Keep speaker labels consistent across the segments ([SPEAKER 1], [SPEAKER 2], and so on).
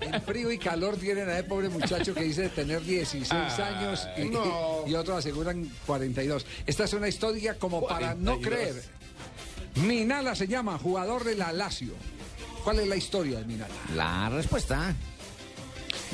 [SPEAKER 1] El frío y calor tienen a ese pobre muchacho que dice tener 16 años y, y otros aseguran 42. Esta es una historia como para no creer. Minala se llama, jugador de la Lazio. ¿Cuál es la historia de Minala?
[SPEAKER 2] La respuesta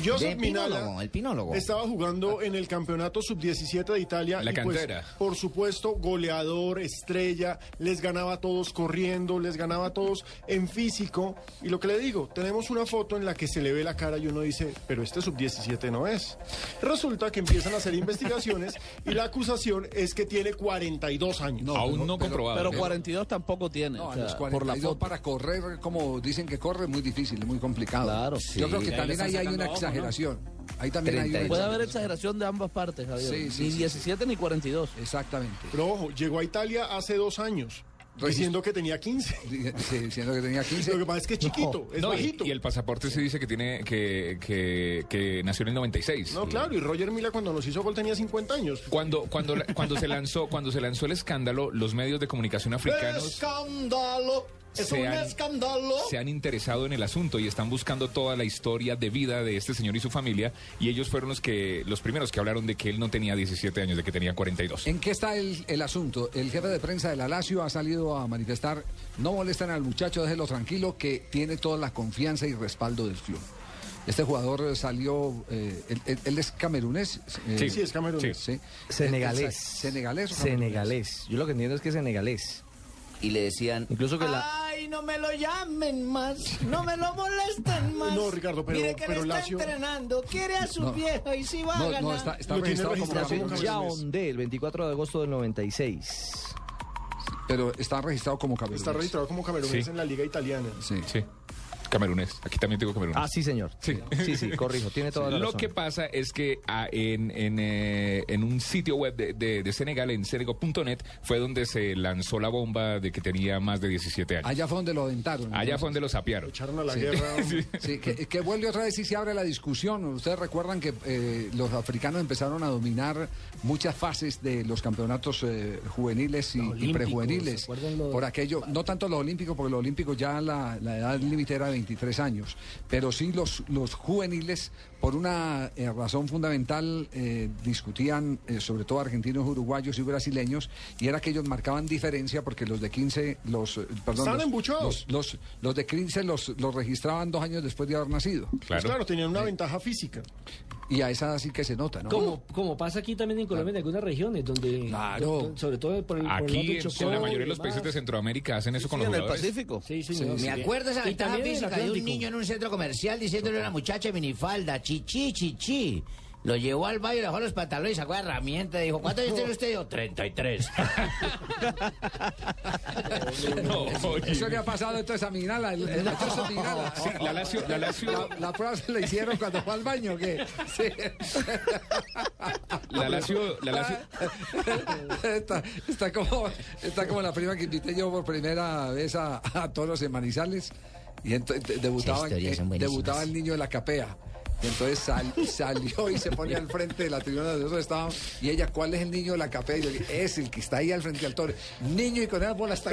[SPEAKER 3] Joseph
[SPEAKER 2] de
[SPEAKER 3] Minala
[SPEAKER 2] Pinólogo, el Pinólogo.
[SPEAKER 3] estaba jugando en el campeonato sub-17 de Italia.
[SPEAKER 4] La
[SPEAKER 3] y pues,
[SPEAKER 4] cantera.
[SPEAKER 3] por supuesto, goleador, estrella, les ganaba a todos corriendo, les ganaba a todos en físico. Y lo que le digo, tenemos una foto en la que se le ve la cara y uno dice, pero este sub-17 no es. Resulta que empiezan a hacer investigaciones y la acusación es que tiene 42 años.
[SPEAKER 4] Aún no comprobado.
[SPEAKER 5] Pero 42 tampoco tiene.
[SPEAKER 1] No,
[SPEAKER 5] o
[SPEAKER 1] a
[SPEAKER 5] sea,
[SPEAKER 1] los
[SPEAKER 5] por la
[SPEAKER 1] 42
[SPEAKER 5] foto.
[SPEAKER 1] para correr, como dicen que corre, es muy difícil, es muy complicado.
[SPEAKER 5] Claro,
[SPEAKER 1] Yo
[SPEAKER 5] sí.
[SPEAKER 1] creo
[SPEAKER 5] Ahí
[SPEAKER 1] que también ahí hay una exageración. Ahí también hay una
[SPEAKER 5] Puede haber
[SPEAKER 1] exageración.
[SPEAKER 5] exageración de ambas partes, Javier.
[SPEAKER 1] Sí, sí,
[SPEAKER 5] ni
[SPEAKER 1] sí,
[SPEAKER 5] 17 ni 42.
[SPEAKER 1] Exactamente.
[SPEAKER 3] Pero ojo, llegó a Italia hace dos años,
[SPEAKER 1] Registro.
[SPEAKER 3] diciendo que tenía 15.
[SPEAKER 1] Sí, diciendo que tenía 15.
[SPEAKER 3] Lo que pasa es que es chiquito, es
[SPEAKER 4] No, y,
[SPEAKER 3] bajito.
[SPEAKER 4] y el pasaporte se dice que tiene que, que, que nació en el 96.
[SPEAKER 3] No, claro, y Roger Mila cuando nos hizo gol tenía 50 años.
[SPEAKER 4] Cuando, cuando, la- cuando, se lanzó, cuando se lanzó el escándalo, los medios de comunicación africanos
[SPEAKER 3] ¡Escándalo! ¡Es
[SPEAKER 4] Se
[SPEAKER 3] un
[SPEAKER 4] han-
[SPEAKER 3] escándalo!
[SPEAKER 4] se han interesado en el asunto y están buscando toda la historia de vida de este señor y su familia. Y ellos fueron los, que, los primeros que hablaron de que él no tenía 17 años, de que tenía 42.
[SPEAKER 1] ¿En qué está el, el asunto? El jefe de prensa de la Lazio ha salido a manifestar, no molestan al muchacho, déjelo tranquilo, que tiene toda la confianza y respaldo del club. Este jugador eh, salió, eh, él, él- él es camerunés. eh,
[SPEAKER 4] Sí.
[SPEAKER 3] Sí, es camerunés.
[SPEAKER 1] sí.
[SPEAKER 6] Senegalés.
[SPEAKER 1] Sa- Senegalés. o camerunés?
[SPEAKER 6] Senegalés. Yo lo que entiendo es que es senegalés.
[SPEAKER 2] Y le decían,
[SPEAKER 6] Incluso que la.
[SPEAKER 7] Ay, no me lo llamen más, no me lo molesten más.
[SPEAKER 3] No, Ricardo, pero-
[SPEAKER 7] Mire que
[SPEAKER 3] pero
[SPEAKER 7] me está
[SPEAKER 3] Lazio-
[SPEAKER 7] entrenando, quiere a su
[SPEAKER 1] No.
[SPEAKER 7] viejo y si va a
[SPEAKER 1] No,
[SPEAKER 7] ganar.
[SPEAKER 1] no, está, está
[SPEAKER 3] Lo tiene
[SPEAKER 1] registrado como
[SPEAKER 3] registrado
[SPEAKER 1] camerunés,
[SPEAKER 3] como camerunés.
[SPEAKER 6] Yaoundé, el 24 de agosto del 96.
[SPEAKER 1] Pero está registrado como camerunés.
[SPEAKER 3] Está registrado como camerunés
[SPEAKER 4] Sí.
[SPEAKER 3] en la liga italiana.
[SPEAKER 1] Sí.
[SPEAKER 4] Sí. Camerunés. Aquí también tengo camerunés.
[SPEAKER 6] Ah, sí, señor. Sí, sí, corrijo. Tiene toda la
[SPEAKER 4] Lo
[SPEAKER 6] razón.
[SPEAKER 4] que pasa es que ah, en, en, eh, en un sitio web de, de- de Senegal, en senego.net, fue donde se lanzó la bomba de que tenía más de 17 años.
[SPEAKER 1] Allá fue donde lo aventaron.
[SPEAKER 4] Allá fue donde lo
[SPEAKER 3] Lo
[SPEAKER 4] sapearon.
[SPEAKER 3] echaron a Pues la guerra.
[SPEAKER 1] Sí, que, que vuelve otra vez y se abre la discusión. Ustedes recuerdan que eh, los africanos empezaron a dominar muchas fases de los campeonatos eh, juveniles y, y prejuveniles. Por aquello, no tanto los olímpicos, porque los olímpicos ya la, la edad límite era 23 años, pero sí los, los juveniles, por una eh, razón fundamental, eh, discutían eh, sobre todo argentinos, uruguayos y brasileños, y era que ellos marcaban diferencia porque los de 15, los, eh, perdón,
[SPEAKER 3] Estaban
[SPEAKER 1] los-
[SPEAKER 3] embuchados.
[SPEAKER 1] los- los, los de 15 los, los registraban dos años después de haber nacido.
[SPEAKER 3] Pues
[SPEAKER 4] Claro.
[SPEAKER 3] claro, tenían una ventaja física.
[SPEAKER 1] Y a esa sí que se nota, ¿no?
[SPEAKER 8] Como, como pasa aquí también en Colombia, en algunas regiones, donde.
[SPEAKER 1] Claro.
[SPEAKER 8] do- sobre todo por Pues el. por el lado
[SPEAKER 4] Aquí,
[SPEAKER 8] del
[SPEAKER 4] en,
[SPEAKER 8] Chocó
[SPEAKER 4] en la mayoría de
[SPEAKER 8] y
[SPEAKER 4] los países de
[SPEAKER 8] demás.
[SPEAKER 4] Centroamérica hacen eso con
[SPEAKER 5] Sí,
[SPEAKER 4] los
[SPEAKER 5] en el
[SPEAKER 4] jugadores.
[SPEAKER 5] Pacífico.
[SPEAKER 8] Sí, señor.
[SPEAKER 2] me acuerdo esa
[SPEAKER 8] Y
[SPEAKER 2] ventaja
[SPEAKER 8] también en el
[SPEAKER 2] física de un
[SPEAKER 8] Atlántico.
[SPEAKER 2] niño en un centro comercial diciéndole a una muchacha de minifalda, chichi, chichi. Lo llevó al baño, le bajó los pantalones y sacó la herramienta. Dijo, ¿cuántos años tiene usted? Dijo, 33.
[SPEAKER 4] No, oye.
[SPEAKER 1] Eso le ha pasado entonces a Minala. el- el- entonces a Minala.
[SPEAKER 4] Sí, la Lazio- la Lazio-
[SPEAKER 1] La- la prueba se la hicieron cuando fue al baño, ¿o ¿qué? Sí.
[SPEAKER 4] La Lazio- la Lazio-
[SPEAKER 1] Ah. Está, está como, está como la prima que invité yo por primera vez a, a Toros en Manizales. Y ento- de- debutaba,
[SPEAKER 2] Esas historias son
[SPEAKER 1] eh,
[SPEAKER 2] buenísimas.
[SPEAKER 1] debutaba el niño de la capea. Y entonces sal- salió y se ponía al frente de la tribuna de nosotros estábamos. Y ella, ¿cuál es el niño de la capea? Y yo le dije, es el que está ahí al frente del toro. Niño y con esas bolas está